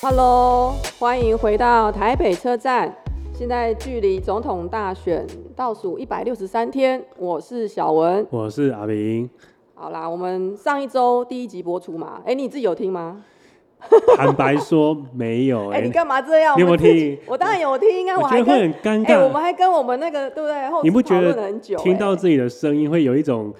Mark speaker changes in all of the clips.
Speaker 1: Hello，欢迎回到台北车站。现在距离总统大选倒数一百六十三天，我是小文。
Speaker 2: 我是阿明，
Speaker 1: 好啦，我们上一周第一集播出嘛，哎、你自己有听吗？
Speaker 2: 坦白说没有
Speaker 1: 哎、
Speaker 2: 哎、
Speaker 1: 你干嘛这样？
Speaker 2: 你有没有
Speaker 1: 我们自己
Speaker 2: 听
Speaker 1: 我当然有听啊，
Speaker 2: 我觉
Speaker 1: 还
Speaker 2: 得会很
Speaker 1: 跟
Speaker 2: 尴
Speaker 1: 哎、我们
Speaker 2: 尬，
Speaker 1: 还跟我们那个对不对？后
Speaker 2: 你不
Speaker 1: 置讨
Speaker 2: 觉
Speaker 1: 论
Speaker 2: 得
Speaker 1: 了很久、
Speaker 2: 听到
Speaker 1: 哎
Speaker 2: 自己的声音会有一种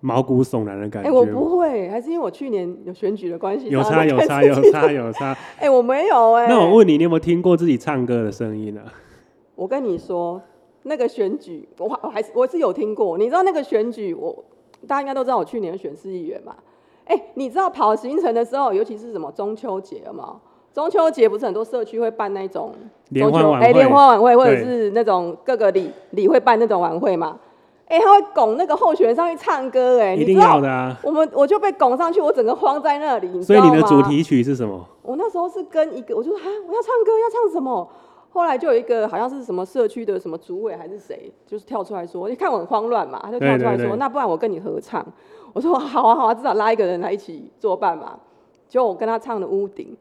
Speaker 2: 毛骨悚然的感
Speaker 1: 哎、
Speaker 2: 觉
Speaker 1: 我
Speaker 2: 吗？
Speaker 1: 不会，还是因为我去年有选举的关系，
Speaker 2: 有
Speaker 1: 常常
Speaker 2: 差有
Speaker 1: 在
Speaker 2: 差
Speaker 1: 看自
Speaker 2: 有
Speaker 1: 己
Speaker 2: 差有 差。
Speaker 1: 哎、我没有哎、
Speaker 2: 那我问你，你有没有听过自己唱歌的声音啊？
Speaker 1: 我跟你说，那个选举，我还我还是我是有听过。你知道那个选举，我大家应该都知道，我去年选市议员嘛。哎、你知道跑行程的时候，尤其是什么中秋节嘛？中秋节不是很多社区会办那种
Speaker 2: 联欢
Speaker 1: 中秋
Speaker 2: 晚
Speaker 1: 哎
Speaker 2: 会
Speaker 1: 联欢晚会，或者
Speaker 2: 对
Speaker 1: 是那种各个里里会办那种晚会嘛？哎、他会拱那个候选人上去唱歌、哎，
Speaker 2: 一
Speaker 1: 你
Speaker 2: 定
Speaker 1: 知道
Speaker 2: 要的啊！
Speaker 1: 我们我就被拱上去，我整个慌在那里，你知
Speaker 2: 所以
Speaker 1: 道
Speaker 2: 你的主
Speaker 1: 吗
Speaker 2: 题曲是什么？
Speaker 1: 我那时候是跟一个，我就说啊，我要唱歌，要唱什么？后来就有一个好像是什么社区的什么主委还是谁，就是跳出来说，你看我很慌乱嘛，他就跳出来说，
Speaker 2: 对对对
Speaker 1: 那不然我跟你合唱。我说好啊好啊，至少拉一个人来一起作伴嘛。结果我跟他唱的《屋顶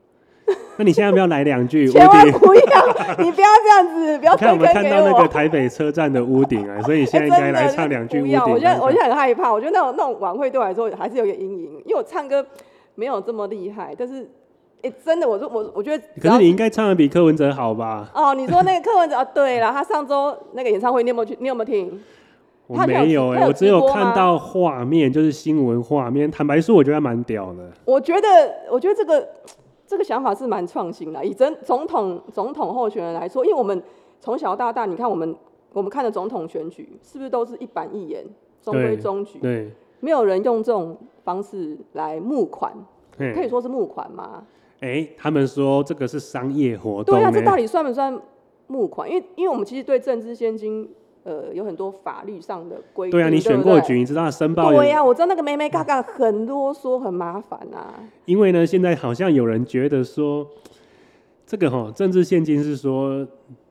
Speaker 2: 那你现在要不要来两句屋》，
Speaker 1: 千万
Speaker 2: 顶？
Speaker 1: 不要，你不要这样 子，不要
Speaker 2: 你看
Speaker 1: 推
Speaker 2: 我
Speaker 1: 坑
Speaker 2: 们看
Speaker 1: 给
Speaker 2: 到那
Speaker 1: 我
Speaker 2: 个。台北车站的屋顶啊，所以你现
Speaker 1: 哎
Speaker 2: 在应
Speaker 1: 真的
Speaker 2: 该来唱两句
Speaker 1: 不
Speaker 2: 屋顶
Speaker 1: 要
Speaker 2: 看看。
Speaker 1: 我现在我现在很害怕，我觉得那种那种晚会对我来说还是有点阴影，因为我唱歌没有这么厉害，但是哎、真的，我说我我觉得只
Speaker 2: 可
Speaker 1: 要
Speaker 2: 是你应该唱的比柯文哲好吧？
Speaker 1: 哦，你说那个柯文哲哦，对了，他上周那个演唱会，你有没有去？你有没有听？
Speaker 2: 我
Speaker 1: 他没有直
Speaker 2: 没有哎、
Speaker 1: 他有
Speaker 2: 我只有
Speaker 1: 直播吗
Speaker 2: 看到画面，就是新闻画面。坦白说，我觉得还蛮屌的。
Speaker 1: 我觉得，我觉得这个这个想法是蛮创新的。以真总统总统候选人来说，因为我们从小到大，你看我们我们看的总统选举，是不是都是一板一眼、中规
Speaker 2: 对
Speaker 1: 中矩？
Speaker 2: 对，
Speaker 1: 没有人用这种方式来募款，
Speaker 2: 嘿
Speaker 1: 可以说是募款吗？
Speaker 2: 哎、他们说这个是商业活动、
Speaker 1: 对
Speaker 2: 欸，
Speaker 1: 啊，这到底算不算募款？因为因为我们其实对政治现金，呃，有很多法律上的规定。
Speaker 2: 对啊，你选
Speaker 1: 不
Speaker 2: 过
Speaker 1: 对
Speaker 2: 局，你知道申报有
Speaker 1: 对呀、啊我知道那个妹妹嘎嘎很啰嗦，很麻烦啊。
Speaker 2: 因为呢，现在好像有人觉得说，这个哈政治现金是说，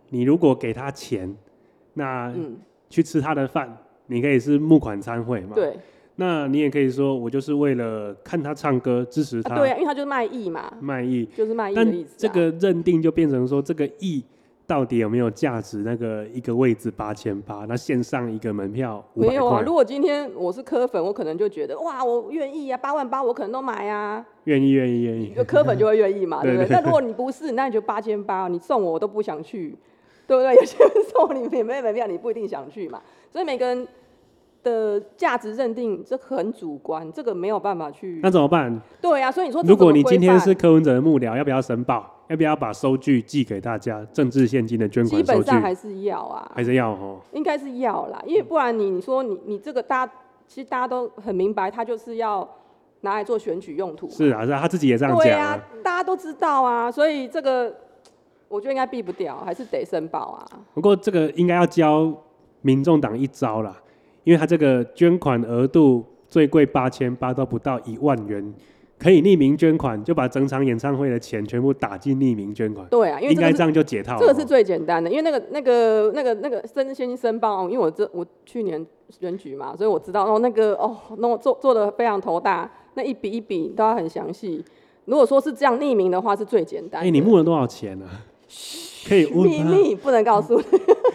Speaker 2: 你如果给他钱，那
Speaker 1: 嗯，
Speaker 2: 去吃他的饭，你可以是募款参会嘛。。
Speaker 1: 对，
Speaker 2: 那你也可以说，我就是为了看他唱歌，支持他、
Speaker 1: 啊对呀、因为她就是卖艺嘛，
Speaker 2: 卖艺。
Speaker 1: 就是卖艺的
Speaker 2: 但
Speaker 1: 意思、啊。
Speaker 2: 这个认定就变成说，这个艺到底有没有价值？那个一个位置八千八，那线上一个门票五
Speaker 1: 没
Speaker 2: 百
Speaker 1: 有啊。
Speaker 2: 块
Speaker 1: 如，果今天我是科粉，我可能就觉得哇，我愿意啊，八万八我可能都买啊，
Speaker 2: 愿意愿意愿意。
Speaker 1: 就科粉就会愿意 嘛，对
Speaker 2: 对
Speaker 1: 不对？
Speaker 2: 对
Speaker 1: 但如果你不是，那你就八千八，你送我我都不想去，对不对？ 有些人送你免费门票，你不一定想去嘛。所以每个人的价值认定这很主观，这个没有办法去
Speaker 2: 那。怎么办？
Speaker 1: 对啊，所以你说这
Speaker 2: 如果
Speaker 1: 怎么
Speaker 2: 你
Speaker 1: 规
Speaker 2: 今天
Speaker 1: 范
Speaker 2: 是柯文哲的幕僚，要不要申报？要不要把收据寄给大家？政治现金的捐
Speaker 1: 基
Speaker 2: 款收
Speaker 1: 本
Speaker 2: 据
Speaker 1: 上还是要啊，
Speaker 2: 还是要哦。
Speaker 1: 应该是要啦，
Speaker 2: 嗯
Speaker 1: 因为不然你你说你你这个大家其实大家都很明白，他就是要拿来做选举用途嘛。
Speaker 2: 是啊，是啊，他自己也这样
Speaker 1: 对
Speaker 2: 讲、
Speaker 1: 啊，大家都知道啊，所以这个我觉得应该避不掉，还是得申报啊。
Speaker 2: 不过这个应该要教民众党一招啦，因为他这个捐款额度最贵八千八都不到一万元，可以匿名捐款，就把整场演唱会的钱全部打进匿名捐款，
Speaker 1: 对啊，因为
Speaker 2: 应
Speaker 1: 这个
Speaker 2: 该
Speaker 1: 是
Speaker 2: 这样就解套了
Speaker 1: 这
Speaker 2: 哦。
Speaker 1: 个是最简单的，因为那个、那个、那个、那个，甚至先去申报、哦，因为我这我去年选举嘛，所以我知道，然后那个哦，那我做做的非常头大，那一笔一笔都要很详细。如果说是这样匿名的话，是最简单
Speaker 2: 哎、
Speaker 1: 的。
Speaker 2: 你募了多少钱啊呢、可以问
Speaker 1: 秘
Speaker 2: 吗？
Speaker 1: 密不能告诉你。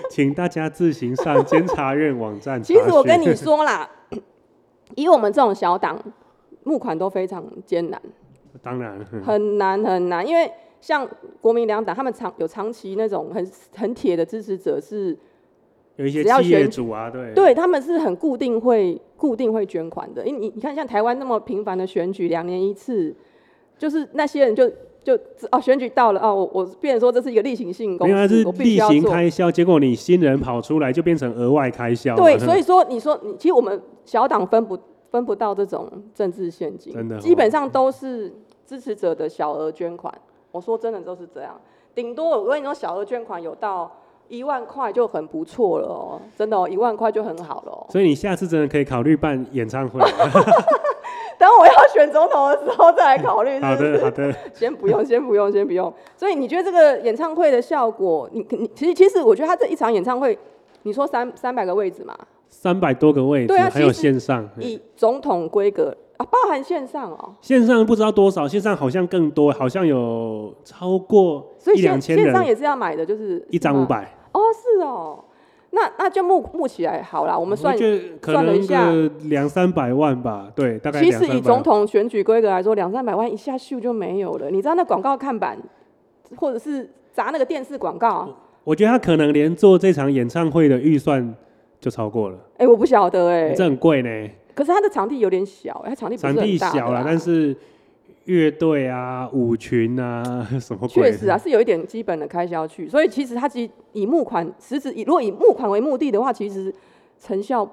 Speaker 2: 请大家自行上监察院网站查
Speaker 1: 其
Speaker 2: 询。
Speaker 1: 实我跟你说啦， 以我们这种小党，募款都非常艰难，
Speaker 2: 当然，哼
Speaker 1: 很难很难，因为像国民两党，他们长有长期那种很很铁的支持者是
Speaker 2: 有一些
Speaker 1: 只要
Speaker 2: 企业
Speaker 1: 选
Speaker 2: 主啊，对
Speaker 1: 对，他们是很固定会固定会捐款的，因为你你看像台湾那么频繁的选举，两年一次，就是那些人就就哦选举到了哦，我我变成说这是一个例行性公
Speaker 2: 没有它
Speaker 1: 司
Speaker 2: 是，
Speaker 1: 我必须
Speaker 2: 例
Speaker 1: 要
Speaker 2: 行
Speaker 1: 做。
Speaker 2: 开销，结果你新人跑出来就变成额外开销嘛。啊
Speaker 1: 对，所以说你说你其实我们小党分不分不到这种政治现金
Speaker 2: 真，的
Speaker 1: 基本
Speaker 2: 哦
Speaker 1: 上都是支持者的小额捐款。我说真的都是这样，顶多我跟你说小额捐款有到一万块就很不错了哦，真的哦，一万块就很好了 哦。
Speaker 2: 所以你下次真的可以考虑办演 唱会。
Speaker 1: 等我要选总统的时候再来考虑，是不是
Speaker 2: 好的，好的，
Speaker 1: 先不用， 先不用，先不用。所以你觉得这个演唱会的效果，你你其实其实我觉得他这一场演唱会，你说三三百个位置嘛，
Speaker 2: 三百多个位置，
Speaker 1: 对啊
Speaker 2: 还有
Speaker 1: 其实
Speaker 2: 线上，
Speaker 1: 以总统规格啊，包含线上哦，
Speaker 2: 线上不知道多少，线上好像更多，好像有超过
Speaker 1: 所以
Speaker 2: 一两
Speaker 1: 线
Speaker 2: 千
Speaker 1: 线上
Speaker 2: 人，
Speaker 1: 也是要买的，就是
Speaker 2: 一张五百。
Speaker 1: 哦，是哦，那那就募募起来好啦，我
Speaker 2: 我
Speaker 1: 们算
Speaker 2: 觉得可
Speaker 1: 算了一
Speaker 2: 能
Speaker 1: 下
Speaker 2: 个两三百万吧，对，大概
Speaker 1: 其
Speaker 2: 两
Speaker 1: 实以
Speaker 2: 三百
Speaker 1: 总
Speaker 2: 万。
Speaker 1: 统选举规格来说，两三百万一下秀就没有了。你知道那广告看板，或者是砸那个电视广告啊？
Speaker 2: 我觉得他可能连做这场演唱会的预算就超过了，
Speaker 1: 哎、我不晓得哎、
Speaker 2: 这很贵呢。
Speaker 1: 可是它的场地有点小、哎它场地不是
Speaker 2: 场
Speaker 1: 很大、
Speaker 2: 地小
Speaker 1: 啦
Speaker 2: 啦，，但是乐队啊、舞群啊 什么鬼
Speaker 1: 确
Speaker 2: 的，
Speaker 1: 实啊，是有一点基本的开销去。所以其实它其实以募款，实质以如果以募款为目的的话，其实成效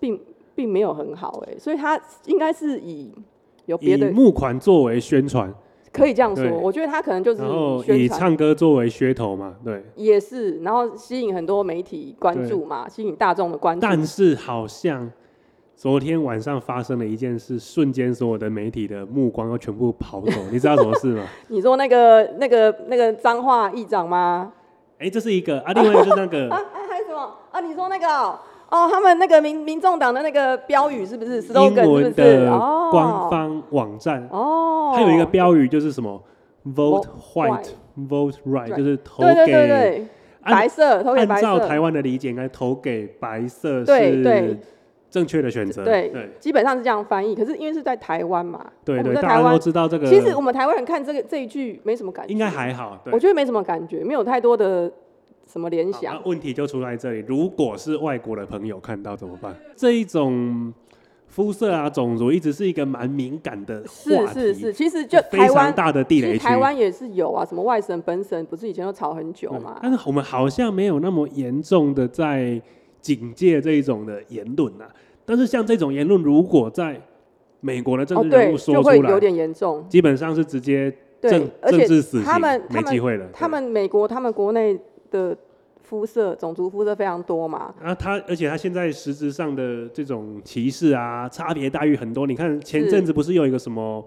Speaker 1: 并并没有很好哎、所以它应该是以有别
Speaker 2: 以
Speaker 1: 的
Speaker 2: 募款作为宣传，
Speaker 1: 可以这样说
Speaker 2: 对，
Speaker 1: 我觉得它可能就是
Speaker 2: 然后
Speaker 1: 宣
Speaker 2: 以
Speaker 1: 传
Speaker 2: 唱歌作为噱头嘛，对。
Speaker 1: 也是，然后吸引很多媒体关注嘛，吸引大众的关注。
Speaker 2: 但是好像昨天晚上发生了一件事，瞬间所有的媒体的目光都全部跑走，你知道什么事 吗？
Speaker 1: 你说那个、那个、那个彰化议长吗？
Speaker 2: 哎、这是一个啊，另外一个就是那
Speaker 1: 啊
Speaker 2: 个
Speaker 1: 啊，还有什么啊？你说那个哦，哦他们那个民民众党的那个标语是不是
Speaker 2: 英
Speaker 1: slogan 是不
Speaker 2: 文
Speaker 1: 是？
Speaker 2: 的
Speaker 1: 哦，
Speaker 2: 官方网站，
Speaker 1: 哦，
Speaker 2: 它有一个标语就是什么 “Vote
Speaker 1: White
Speaker 2: White”，“Vote Right”，
Speaker 1: Right
Speaker 2: 就是投
Speaker 1: 对对对
Speaker 2: 给
Speaker 1: 对，
Speaker 2: 按
Speaker 1: 白色投给
Speaker 2: 按
Speaker 1: 白
Speaker 2: 照
Speaker 1: 色，
Speaker 2: 台湾的理解，应该投给白色
Speaker 1: 对对
Speaker 2: 是正确的选择。
Speaker 1: 对
Speaker 2: 对
Speaker 1: 基本上是这样翻译。可是因为是在台湾嘛，
Speaker 2: 对
Speaker 1: 我们
Speaker 2: 对，
Speaker 1: 在
Speaker 2: 大
Speaker 1: 台
Speaker 2: 家
Speaker 1: 湾
Speaker 2: 都，知道这个，
Speaker 1: 其实我们台湾人看这个这一句没什么感觉，
Speaker 2: 应该还好。对
Speaker 1: 我，觉得没什么感觉，没有太多的什么联
Speaker 2: 好
Speaker 1: 想
Speaker 2: 那。问题就出在这里，如果是外国的朋友看到怎么办？这一种肤色啊、种族一直是一个蛮敏感的
Speaker 1: 是
Speaker 2: 话题，
Speaker 1: 是是，其实就
Speaker 2: 非
Speaker 1: 台湾
Speaker 2: 常大的地
Speaker 1: 其
Speaker 2: 雷
Speaker 1: 实
Speaker 2: 区。
Speaker 1: 台湾也是有啊，什么外省、本省，不是以前都吵很久
Speaker 2: 对
Speaker 1: 嘛？
Speaker 2: 但是我们好像没有那么严重的在警戒这一种的言论啊。但是像这种言论，如果在美国的政
Speaker 1: 哦，
Speaker 2: 治人
Speaker 1: 对
Speaker 2: 物，说
Speaker 1: 就
Speaker 2: 出
Speaker 1: 会
Speaker 2: 来，
Speaker 1: 有点严重。
Speaker 2: 基本上是直接政
Speaker 1: 对，而
Speaker 2: 政
Speaker 1: 且
Speaker 2: 治死刑，
Speaker 1: 他们他
Speaker 2: 没机
Speaker 1: 们
Speaker 2: 会了。
Speaker 1: 他们美国他们国内的肤色、种族肤色非常多嘛。
Speaker 2: 对，然后啊他，而且他现在实质上的这种歧视啊、差别待遇很多。你看前
Speaker 1: 是
Speaker 2: 阵子不是有一个什么，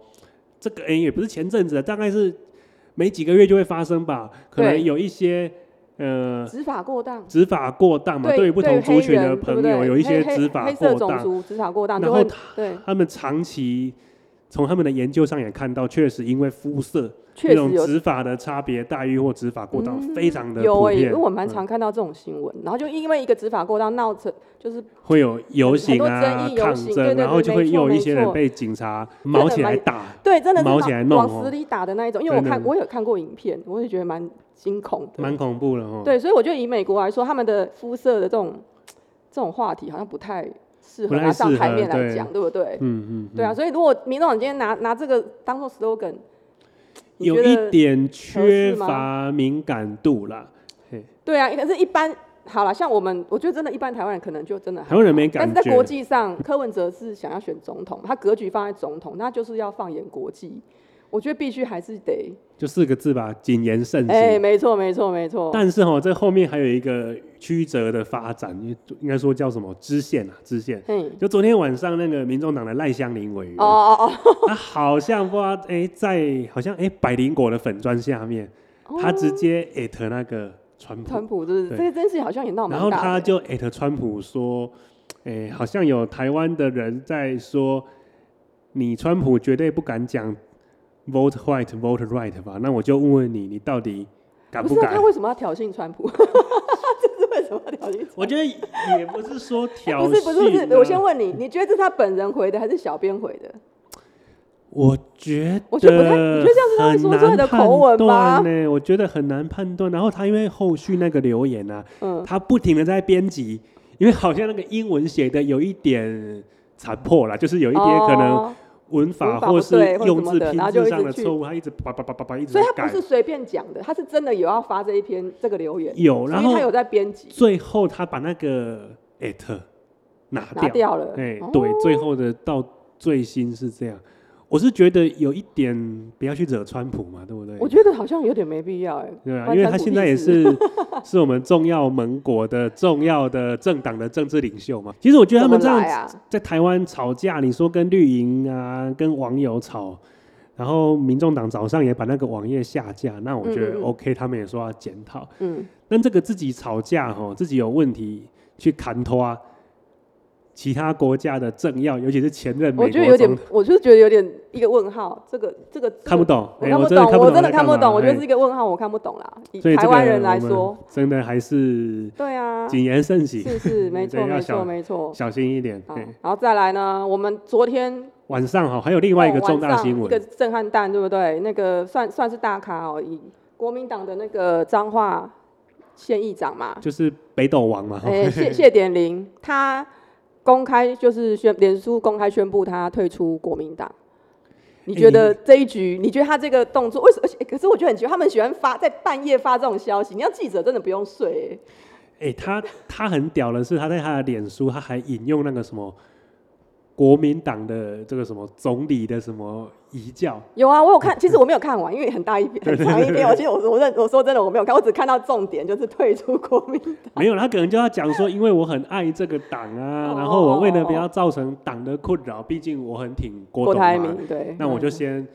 Speaker 2: 这个哎、也不是前阵子啊，大概是没几个月就会发生吧，可能
Speaker 1: 对
Speaker 2: 有一些呃
Speaker 1: 执法过当，
Speaker 2: 执法过当嘛，对于不同族群的朋友有一些执
Speaker 1: 执
Speaker 2: 法
Speaker 1: 黑色
Speaker 2: 过
Speaker 1: 种
Speaker 2: 当，
Speaker 1: 族执法过当，
Speaker 2: 然
Speaker 1: 就
Speaker 2: 后
Speaker 1: 会
Speaker 2: 他
Speaker 1: 对，
Speaker 2: 他们长期从他们的研究上也看到，确实因为肤色
Speaker 1: 确
Speaker 2: 这
Speaker 1: 实
Speaker 2: 种
Speaker 1: 有
Speaker 2: 执法的差别待遇或执法过当
Speaker 1: 嗯
Speaker 2: 非常的
Speaker 1: 有
Speaker 2: 普
Speaker 1: 诶，因
Speaker 2: 遍嗯
Speaker 1: 为，我蛮常看到这种新闻，然后就因为一个执法过当闹成就是
Speaker 2: 会有游行
Speaker 1: 很
Speaker 2: 啊
Speaker 1: 多、争议
Speaker 2: 抗
Speaker 1: 游行对对
Speaker 2: 争，
Speaker 1: 对
Speaker 2: 然后就会
Speaker 1: 没错
Speaker 2: 有一些
Speaker 1: 没
Speaker 2: 人
Speaker 1: 错
Speaker 2: 被警察毛起来打。
Speaker 1: 对，真的是
Speaker 2: 毛
Speaker 1: 往
Speaker 2: 起来弄哦
Speaker 1: 往死里打的那一种。因为我看
Speaker 2: 真的
Speaker 1: 我有看过影片，我也觉得蛮惊恐的。
Speaker 2: 蛮恐怖的哦，
Speaker 1: 对，所以我觉得以美国来说，他们的肤色的这种这种话题好像不太适合
Speaker 2: 不太
Speaker 1: 拿上
Speaker 2: 适合
Speaker 1: 台面来
Speaker 2: 对
Speaker 1: 讲，对不对？
Speaker 2: 嗯嗯，嗯
Speaker 1: 对啊，，所以如果民众你今天拿拿这个当做 slogan，你
Speaker 2: 有
Speaker 1: 觉
Speaker 2: 一
Speaker 1: 得
Speaker 2: 点缺
Speaker 1: 合适吗
Speaker 2: 乏敏感度啦。
Speaker 1: 对啊，可是一般好了，像我们，我觉得真的，一般台湾人可能就真的还
Speaker 2: 台湾人没
Speaker 1: 啊但是
Speaker 2: 感觉
Speaker 1: 在，国际上，柯文哲是想要选总统，他格局放在总统，那就是要放眼国际。我觉得必须还是得，
Speaker 2: 就四个字吧，谨言慎行。
Speaker 1: 哎、没错，没错，没错。
Speaker 2: 但是哈、这后面还有一个曲折的发展，应应该说叫什么支线啊，支线。
Speaker 1: 嗯，
Speaker 2: 就昨天晚上那个民众党的赖香林委员，
Speaker 1: 哦哦
Speaker 2: 他好像不知道哎、在好像哎、百灵果的粉砖下面，
Speaker 1: 哦，
Speaker 2: 他直接艾特那个川普，
Speaker 1: 川普是不是
Speaker 2: 嗯对
Speaker 1: 这个真是好像也闹
Speaker 2: 然
Speaker 1: 蛮
Speaker 2: 后
Speaker 1: 大
Speaker 2: 他
Speaker 1: 的，
Speaker 2: 就艾特川普说，哎、好像有台湾的人在说，你川普绝对不敢讲 vote white vote right 吧？那我就问问你，你到底敢
Speaker 1: 不是啊
Speaker 2: 敢
Speaker 1: 他？为什么要挑衅川普？ 这是为什么要挑衅川普？
Speaker 2: 我觉得也不是说挑 衅、啊
Speaker 1: 不是不是不是，我先问你，你觉得这是他本人回的还是小编回的？
Speaker 2: 我觉得，
Speaker 1: 我觉得不太你觉得这样是他会说出来的口吻吗
Speaker 2: 呢，啊我觉得很难判断。然后他因为后续那个留言啊，
Speaker 1: 嗯，
Speaker 2: 他不停的在编辑，因为好像那个英文写的有一点残破啦，就是有一点可能
Speaker 1: 哦
Speaker 2: 文法
Speaker 1: 文法
Speaker 2: 或
Speaker 1: 不
Speaker 2: 是
Speaker 1: 对或者
Speaker 2: 用
Speaker 1: 什么
Speaker 2: 字
Speaker 1: 的
Speaker 2: 拼
Speaker 1: 然后就
Speaker 2: 字
Speaker 1: 一
Speaker 2: 上
Speaker 1: 直
Speaker 2: 的
Speaker 1: 去
Speaker 2: 错误，他一直叭叭叭叭叭一直
Speaker 1: 所
Speaker 2: 在
Speaker 1: 以他
Speaker 2: 改
Speaker 1: 不。是随便讲的，他是真的有要发这一篇这个留言，
Speaker 2: 有，然
Speaker 1: 所以
Speaker 2: 后
Speaker 1: 他有在编辑，
Speaker 2: 最后他把那个 at 拿
Speaker 1: 拿
Speaker 2: 掉。
Speaker 1: 掉了。
Speaker 2: 哎、
Speaker 1: 哦
Speaker 2: 对，最后的到最新是这样。我是觉得有一点不要去惹川普嘛，对不对
Speaker 1: 我？觉得好像有点没必要哎。
Speaker 2: 对啊，
Speaker 1: 关
Speaker 2: 因为
Speaker 1: 川
Speaker 2: 他
Speaker 1: 普
Speaker 2: 现
Speaker 1: 屁
Speaker 2: 在也
Speaker 1: 事
Speaker 2: 是 是我们重要盟国的重要的政党的政治领袖嘛。其实我觉得他们这
Speaker 1: 怎么
Speaker 2: 样
Speaker 1: 来啊？
Speaker 2: 在台湾吵架，你说跟绿营啊，跟网友吵，然后民众党早上也把那个网页下架，那我觉
Speaker 1: 嗯
Speaker 2: 得
Speaker 1: 嗯嗯
Speaker 2: OK，他们也说要检讨。
Speaker 1: 嗯，
Speaker 2: 但这个自己吵架吼，自己有问题去砍拖啊，其他国家的政要，尤其是前任
Speaker 1: 我
Speaker 2: 美
Speaker 1: 觉得有
Speaker 2: 国总
Speaker 1: 点
Speaker 2: 统，，
Speaker 1: 我就是觉得有点一个问号，这个这个
Speaker 2: 看不，懂，
Speaker 1: 这
Speaker 2: 哎、
Speaker 1: 个我
Speaker 2: 真
Speaker 1: 看不
Speaker 2: 的看
Speaker 1: 懂，
Speaker 2: 不
Speaker 1: 我
Speaker 2: 懂
Speaker 1: 真
Speaker 2: 在
Speaker 1: 的
Speaker 2: 干
Speaker 1: 看不
Speaker 2: 嘛
Speaker 1: 懂，我觉得
Speaker 2: 哎
Speaker 1: 是一个问号，我看不懂啦。以
Speaker 2: 所以这
Speaker 1: 台
Speaker 2: 个
Speaker 1: 湾人
Speaker 2: 我
Speaker 1: 来
Speaker 2: 们
Speaker 1: 说，
Speaker 2: 真的还是
Speaker 1: 对啊，
Speaker 2: 谨言慎行，
Speaker 1: 是是，没
Speaker 2: 对
Speaker 1: 错
Speaker 2: 要
Speaker 1: 没
Speaker 2: 小
Speaker 1: 错没错。
Speaker 2: 小心一点。
Speaker 1: 好
Speaker 2: 哎，
Speaker 1: 然后再来呢，我们昨天
Speaker 2: 晚上哈，还有另外一个
Speaker 1: 哦晚
Speaker 2: 重大
Speaker 1: 上
Speaker 2: 新
Speaker 1: 一个
Speaker 2: 闻，
Speaker 1: 震撼弹，对不对？那个算算是大咖哦，以国民党的那个彰化县议长嘛，
Speaker 2: 就是北斗王嘛，哈
Speaker 1: 哎、谢谢点玲，他公开就是宣脸书公开宣布他退出国民党。你
Speaker 2: 哎
Speaker 1: 觉
Speaker 2: 你
Speaker 1: 得这一局？你觉得他这个动作为什么？而且、哎可是我觉得很奇怪，他们喜欢发在半夜发这种消息，你要记者真的不用睡、欸
Speaker 2: 哎、他他很屌的是，他在他的脸书，他还引用那个什么国民党的这个什么总理的什么 遗教，
Speaker 1: 有啊，我有看，其实我没有看完，因为很大一篇，很长一篇。我其实我我认我说真的，我没有看，我只看到重点，就是退出国民党。
Speaker 2: 没有，他可能就要讲说，因为我很爱这个党啊，
Speaker 1: 哦
Speaker 2: 然后我为了不要造成党的困扰，毕竟我很挺郭董
Speaker 1: 台
Speaker 2: 嘛，
Speaker 1: 铭对，
Speaker 2: 那我就
Speaker 1: 嗯
Speaker 2: 先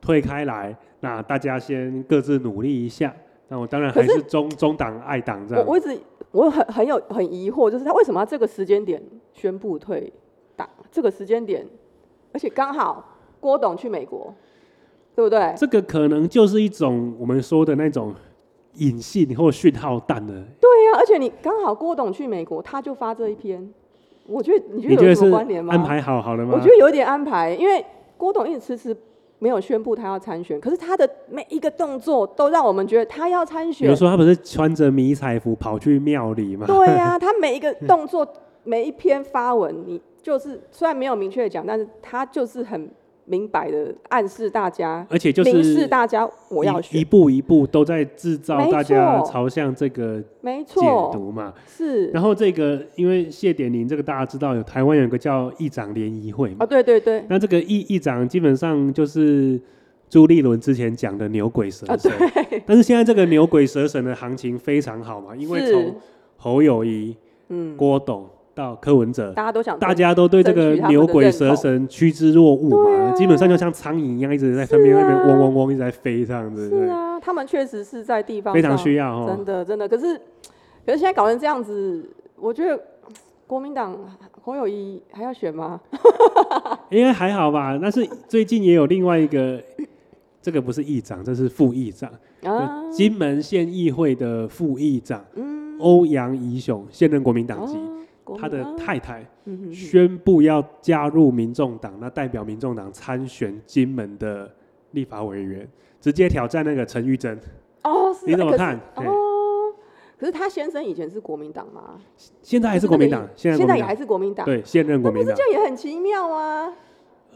Speaker 2: 退开来，那大家先各自努力一下。那我当然
Speaker 1: 可
Speaker 2: 还
Speaker 1: 是
Speaker 2: 是中中党爱党这
Speaker 1: 我我
Speaker 2: 样。
Speaker 1: 一直我很很有很疑惑，就是他为什么要这个时间点宣布退党？这个时间点，而且刚好郭董去美国，对不对？
Speaker 2: 这个可能就是一种我们说的那种隐性或讯号弹的，
Speaker 1: 对呀、啊而且你刚好郭董去美国，他就发这一篇，我觉得你觉
Speaker 2: 你
Speaker 1: 得
Speaker 2: 觉
Speaker 1: 有
Speaker 2: 得
Speaker 1: 什
Speaker 2: 是
Speaker 1: 么关联吗？
Speaker 2: 安排好好的吗？
Speaker 1: 我觉得有一点安排，因为郭董一直迟迟没有宣布他要参选，可是他的每一个动作都让我们觉得他要参
Speaker 2: 比
Speaker 1: 选
Speaker 2: 如。说他不是穿着迷彩服跑去庙里嘛？
Speaker 1: 对呀、他每一 个动作、每一篇发文，你就是虽然没有明确的讲，但是他就是很明白的暗示大家、
Speaker 2: 而且就
Speaker 1: 明示
Speaker 2: 是
Speaker 1: 大家我要
Speaker 2: 一一
Speaker 1: 选。
Speaker 2: 步一步都在制造
Speaker 1: 没
Speaker 2: 大家
Speaker 1: 错
Speaker 2: 朝向这个
Speaker 1: 没
Speaker 2: 解
Speaker 1: 错，
Speaker 2: 读嘛。
Speaker 1: 是
Speaker 2: 然后这个因为谢点林这个大家知道有台湾有个叫议长联谊会嘛，
Speaker 1: 哦，对对对，
Speaker 2: 那这个议议长基本上就是朱立伦之前讲的牛鬼蛇
Speaker 1: 啊
Speaker 2: 神， 但是现在这个牛鬼蛇神的行情非常好嘛，因为
Speaker 1: 是
Speaker 2: 从侯友谊、
Speaker 1: 嗯，
Speaker 2: 郭董到柯文哲，
Speaker 1: 大家都想
Speaker 2: 大家都对这个牛鬼蛇神趋之若鹜
Speaker 1: 啊
Speaker 2: 嘛，基本上就像苍蝇一样一直在身边那边嗡嗡嗡一直在飞这样子，
Speaker 1: 是啊，他们确实是在地方
Speaker 2: 非常
Speaker 1: 上
Speaker 2: 需要哦
Speaker 1: 真。的真的。可是可是现在搞成这样子，我觉得国民党侯友谊还要选吗？
Speaker 2: 应该还好吧，但是最近也有另外一个，这个不是议长，这是副议长，
Speaker 1: 啊，
Speaker 2: 就金门县议会的副议长欧阳怡雄，现任国民党籍，
Speaker 1: 啊嗯国
Speaker 2: 他
Speaker 1: 民
Speaker 2: 的
Speaker 1: 啊
Speaker 2: 太太
Speaker 1: 嗯哼
Speaker 2: 宣布要加入民众党，那代表民众党参选金门的立法委员，直接挑战那个陈玉珍，
Speaker 1: 哦，是
Speaker 2: 你
Speaker 1: 啊
Speaker 2: 怎么
Speaker 1: 可是
Speaker 2: 看？嘿
Speaker 1: 哦，可是他先生以前是国民党嘛，
Speaker 2: 现在还是国民党，
Speaker 1: 哦现
Speaker 2: 在国民
Speaker 1: 也还
Speaker 2: 党
Speaker 1: 是国民党，
Speaker 2: 对现任国民党，
Speaker 1: 这样也很奇妙啊。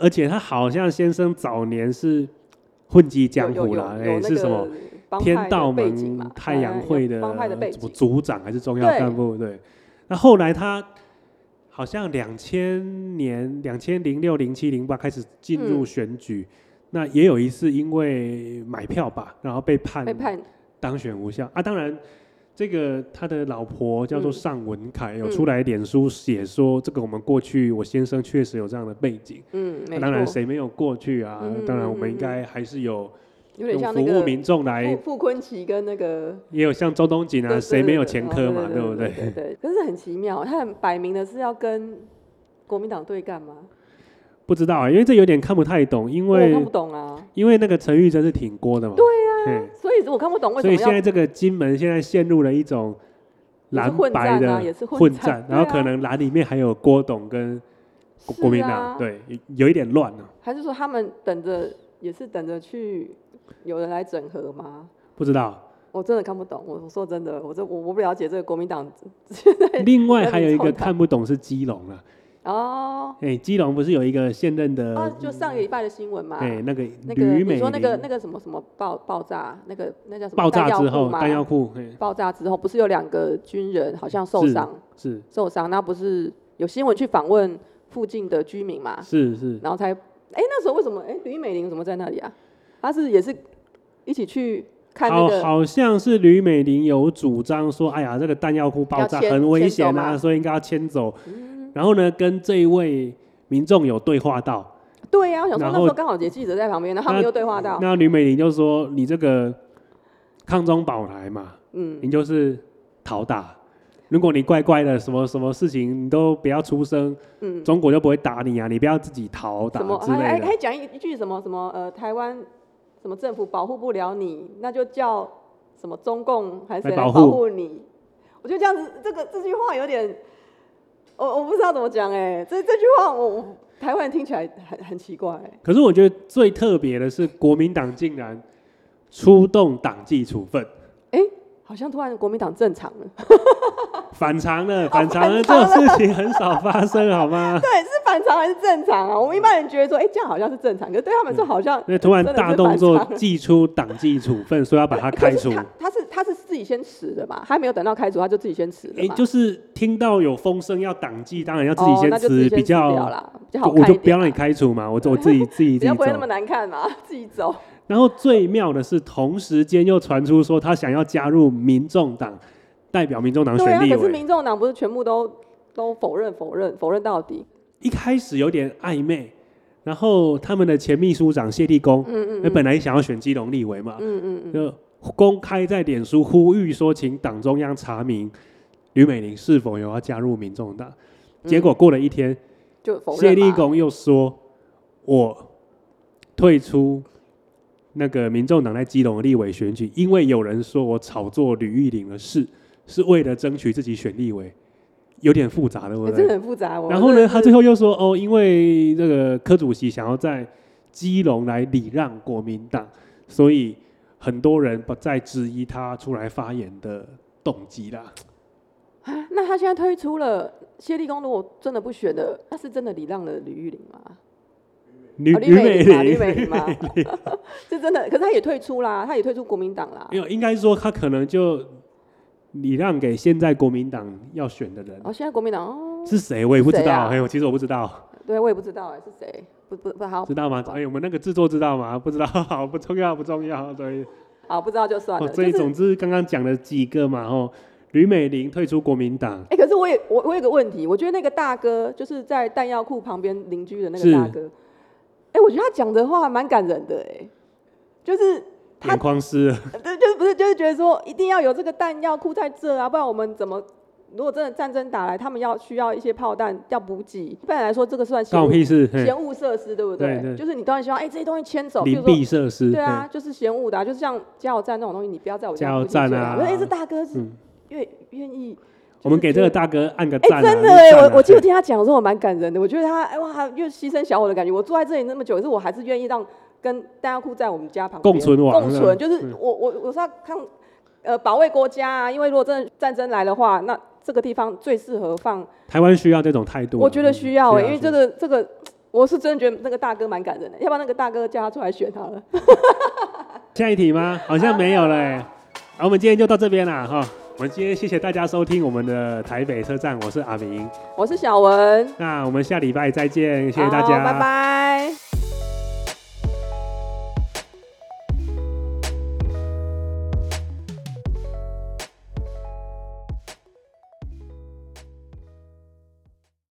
Speaker 2: 而且他好像先生早年是混迹江
Speaker 1: 有
Speaker 2: 湖
Speaker 1: 有有
Speaker 2: 啦，
Speaker 1: 有
Speaker 2: 哎
Speaker 1: 那
Speaker 2: 是什
Speaker 1: 个
Speaker 2: 么？
Speaker 1: 帮派
Speaker 2: 天
Speaker 1: 的
Speaker 2: 道
Speaker 1: 背景嘛
Speaker 2: 盟太阳
Speaker 1: 哎
Speaker 2: 会
Speaker 1: 有
Speaker 2: 的
Speaker 1: 帮派的背
Speaker 2: 什么
Speaker 1: 景，
Speaker 2: 组长还是重要干部对。那后来他好像两千年、两千零六、零七、零八开始进入
Speaker 1: 嗯
Speaker 2: 选举，那也有一次因为买票吧，然后被判
Speaker 1: 被判
Speaker 2: 当选无效啊。当然，这个他的老婆叫做尚文凯，有
Speaker 1: 嗯
Speaker 2: 出来脸书写说，这个我们过去我先生确实有这样的背景。
Speaker 1: 嗯，没
Speaker 2: 那啊当然，
Speaker 1: 错
Speaker 2: 谁没有过去啊？
Speaker 1: 嗯
Speaker 2: 当然，
Speaker 1: 嗯
Speaker 2: 我们
Speaker 1: 嗯
Speaker 2: 应该还是有
Speaker 1: 有点
Speaker 2: 用
Speaker 1: 像
Speaker 2: 服
Speaker 1: 那
Speaker 2: 务
Speaker 1: 个
Speaker 2: 民众来
Speaker 1: 傅傅昆奇跟那个
Speaker 2: 也有像周东锦
Speaker 1: 对
Speaker 2: 啊，
Speaker 1: 对
Speaker 2: 谁没有
Speaker 1: 对
Speaker 2: 前
Speaker 1: 哦
Speaker 2: 科嘛，
Speaker 1: 对
Speaker 2: 对不
Speaker 1: 对？对对，可是很奇妙，他很摆明的是要跟国民党对干嘛？
Speaker 2: 不知道啊，因为这有点看不太懂，因
Speaker 1: 我
Speaker 2: 为
Speaker 1: 看不懂啊，
Speaker 2: 因为那个陈玉珍是挺锅的嘛，对呀，
Speaker 1: 所以我看不懂啊为什
Speaker 2: 所以现
Speaker 1: 么
Speaker 2: 在
Speaker 1: 要
Speaker 2: 这个金门现在陷入了一种
Speaker 1: 也是
Speaker 2: 蓝
Speaker 1: 混
Speaker 2: 白
Speaker 1: 战
Speaker 2: 的
Speaker 1: 啊也是混
Speaker 2: 混
Speaker 1: 战
Speaker 2: 战，
Speaker 1: 对
Speaker 2: 然后可
Speaker 1: 啊
Speaker 2: 能蓝里面还有郭董跟国国民
Speaker 1: 是
Speaker 2: 党
Speaker 1: 啊，
Speaker 2: 对，有有一点乱啊呢，
Speaker 1: 还是说他们等着也是等着去有人来整合吗？
Speaker 2: 不知道。
Speaker 1: 我真的看不懂，我我说真的，我这我我不了解这个国民党
Speaker 2: 另外还有一个
Speaker 1: 有点错
Speaker 2: 看不懂是基隆啊，
Speaker 1: 哦
Speaker 2: 哎，基隆不是有一个现任
Speaker 1: 啊
Speaker 2: 的，
Speaker 1: 就上个礼拜的新闻嘛，
Speaker 2: 哎那个
Speaker 1: 那个
Speaker 2: 呃吕
Speaker 1: 你
Speaker 2: 美
Speaker 1: 说那个那
Speaker 2: 玲
Speaker 1: 个什么什么爆爆炸，那个那叫什么
Speaker 2: 爆炸
Speaker 1: 弹药
Speaker 2: 之
Speaker 1: 库
Speaker 2: 后
Speaker 1: 嘛
Speaker 2: 弹药库，嘿
Speaker 1: 爆炸之后，不是有两个军人好像受
Speaker 2: 是
Speaker 1: 伤
Speaker 2: 是
Speaker 1: 受伤，那不是有新闻去访问附近的居民嘛，
Speaker 2: 是是，
Speaker 1: 然后才哎那时候为什么哎吕美玲怎么在那里啊？她是也是一起去看那
Speaker 2: 哦好
Speaker 1: 个
Speaker 2: 好像是吕美玲有主张说，哎呀，这个弹药库爆炸
Speaker 1: 要迁
Speaker 2: 很危
Speaker 1: 迁
Speaker 2: 险
Speaker 1: 走嗯
Speaker 2: 啊，
Speaker 1: 嘛
Speaker 2: 所以应该要迁走。然后呢，跟这一位民众有对话到，
Speaker 1: 对呀、我想说
Speaker 2: 然
Speaker 1: 那
Speaker 2: 后
Speaker 1: 时候刚好也记者在旁边，然后他们
Speaker 2: 那
Speaker 1: 又对话到，
Speaker 2: 那吕美玲就说：“你这个抗中保台嘛，
Speaker 1: 嗯，
Speaker 2: 你就是讨打。如果你怪怪的，什么什么事情你都不要出声，
Speaker 1: 嗯，
Speaker 2: 中国就不会打你啊，你不要自己逃打
Speaker 1: 什么哎
Speaker 2: 之
Speaker 1: 还还
Speaker 2: 类的。
Speaker 1: 还讲一一句什么什么呃，台湾什么政府保护不了你，那就叫什么中共还是谁
Speaker 2: 来
Speaker 1: 来
Speaker 2: 保
Speaker 1: 保
Speaker 2: 护
Speaker 1: 护你？我觉得这样子，这个这句话有点，我我不知道怎么讲哎、这这句话我我台湾人听起来很很奇怪、欸，
Speaker 2: 可是我觉得最特别的是，国民党竟然出动党纪处分，
Speaker 1: 好像突然国民党正常了，
Speaker 2: 反常了，反常
Speaker 1: 反
Speaker 2: 了，这
Speaker 1: 常
Speaker 2: 种
Speaker 1: 了
Speaker 2: 事情很少发生，好吗？
Speaker 1: 对，是反常还是正常啊？我们一般人觉得说，哎、这样好像是正常，可是对他
Speaker 2: 嗯
Speaker 1: 们说好像
Speaker 2: 那突然
Speaker 1: 真的是
Speaker 2: 大动作
Speaker 1: 反常
Speaker 2: 祭出党纪处分，说要把他开 除
Speaker 1: 可是。他他是他是自己先辞的嘛，还没有等到开除，他就自己先辞的
Speaker 2: 诶，
Speaker 1: 嘛。
Speaker 2: 就是听到有风声要党纪，当然要自己
Speaker 1: 哦
Speaker 2: 先
Speaker 1: 那就自
Speaker 2: 辞，
Speaker 1: 己先
Speaker 2: 比较
Speaker 1: 辞掉啦，比较好
Speaker 2: 我
Speaker 1: 看
Speaker 2: 就
Speaker 1: 一
Speaker 2: 不要
Speaker 1: 点
Speaker 2: 让你
Speaker 1: 啦，
Speaker 2: 开除嘛，我就我 自己自
Speaker 1: 比
Speaker 2: 己自己
Speaker 1: 较不
Speaker 2: 走
Speaker 1: 会那。么难看嘛， 自己走。
Speaker 2: 然后最妙的是，同时间又传出说他想要加入民众党，代表民众党
Speaker 1: 对
Speaker 2: 选
Speaker 1: 啊，
Speaker 2: 立
Speaker 1: 可是
Speaker 2: 委。
Speaker 1: 民众党不是全部都都否认、否认、否认到底？
Speaker 2: 一开始有点暧昧，然后他们的前秘书长谢立功，
Speaker 1: 嗯嗯
Speaker 2: 那本来想要选基隆立委嘛，
Speaker 1: 嗯嗯嗯，
Speaker 2: 就公开在脸书呼吁说，请党中央查明吕美玲是否有要加入民众党。
Speaker 1: 嗯
Speaker 2: 结果过了一天，
Speaker 1: 就否认
Speaker 2: 谢立
Speaker 1: 嘛
Speaker 2: 功又说，我退出那个民众党在基隆的立委选举，因为有人说我炒作吕玉玲的事，是为了争取自己选立委，有点复杂的，对不
Speaker 1: 欸真
Speaker 2: 对
Speaker 1: 的？很复杂。我
Speaker 2: 然后
Speaker 1: 真
Speaker 2: 呢，
Speaker 1: 的
Speaker 2: 他
Speaker 1: 是
Speaker 2: 最后又说哦，因为这个柯主席想要在基隆来礼让国民党，所以很多人不再质疑他出来发言的动机啦。
Speaker 1: 啊那他现在推出了谢立功，如果真的不选的，那是真的礼让了吕玉玲吗？
Speaker 2: 吕
Speaker 1: 哦
Speaker 2: 吕美
Speaker 1: 嘛吕美
Speaker 2: 玲，
Speaker 1: 玲嘛， 这真的。可是他也退出啦，他也退出国民党啦。
Speaker 2: 没有，应该说他可能就礼让给现在国民党要选的人
Speaker 1: 哦，现在国民党哦，
Speaker 2: 是谁，我也不知
Speaker 1: 谁
Speaker 2: 道。
Speaker 1: 啊
Speaker 2: 哎、我其实我不知道，
Speaker 1: 对我也不知道哎、是谁，不不不好
Speaker 2: 知道吗？哎、我们那个制作知道吗？不知道， 好，不重要，不重要。对，
Speaker 1: 好不知道就算
Speaker 2: 哦，
Speaker 1: 了。
Speaker 2: 所以
Speaker 1: 就是
Speaker 2: 总之刚刚讲了几个嘛，哦，吕美玲退出国民党。
Speaker 1: 哎、可是我也我我有个问题，我觉得那个大哥就是在弹药库旁边邻居的那
Speaker 2: 是
Speaker 1: 个大哥，哎、我觉得他讲的话蛮感人的、哎，就是他
Speaker 2: 眼眶湿了，
Speaker 1: 对，就是不是就是觉得说一定要有这个弹药库在这啊，不然我们怎么？如果真的战争打来，他们要需要一些炮弹要补给，一般来说这个算
Speaker 2: 关
Speaker 1: 闲
Speaker 2: 我
Speaker 1: 物
Speaker 2: 屁事。嘿
Speaker 1: 闲物设施，对不
Speaker 2: 对对
Speaker 1: 就是你当然希望，哎、这些东西牵走，比
Speaker 2: 灵
Speaker 1: 如说
Speaker 2: 璧设施，
Speaker 1: 对啊，就是嫌恶的、啊，就是像加油站那种东西，你不要在我家
Speaker 2: 加油
Speaker 1: 附近
Speaker 2: 站
Speaker 1: 建
Speaker 2: 啊
Speaker 1: 我说哎，这大哥是
Speaker 2: 嗯
Speaker 1: 愿愿意
Speaker 2: 对，我们给这
Speaker 1: 个
Speaker 2: 个大哥按个
Speaker 1: 哎、
Speaker 2: 赞、啊
Speaker 1: 真的
Speaker 2: 按
Speaker 1: 哎、
Speaker 2: 个赞啊
Speaker 1: 我我记得听他讲的时候，我蛮感人的。我觉得他哎哇，又牺牲小我的感觉。我坐在这里那么久，可是我还是愿意让跟大家哭在我们家旁边
Speaker 2: 共存亡
Speaker 1: 共存，
Speaker 2: 嗯
Speaker 1: 就是我我我是要看呃保卫国家啊，因为如果真的战争来的话，那这个地方最适合放。
Speaker 2: 台湾需要这种态度啊，
Speaker 1: 我觉得需要
Speaker 2: 嗯
Speaker 1: 哎、
Speaker 2: 需
Speaker 1: 因为
Speaker 2: 需
Speaker 1: 这个这个。我是真的觉得那个大哥蛮感人的，要不然那个大哥叫他出来选他了。
Speaker 2: 下一题吗？好像没有了、欸。
Speaker 1: 啊
Speaker 2: 好，我们今天就到这边啦哈。我们今天谢谢大家收听我们的台北车站，我是阿明。
Speaker 1: 我是小文，
Speaker 2: 那我们下礼拜再见，谢谢大
Speaker 1: 好
Speaker 2: 家，
Speaker 1: 拜拜。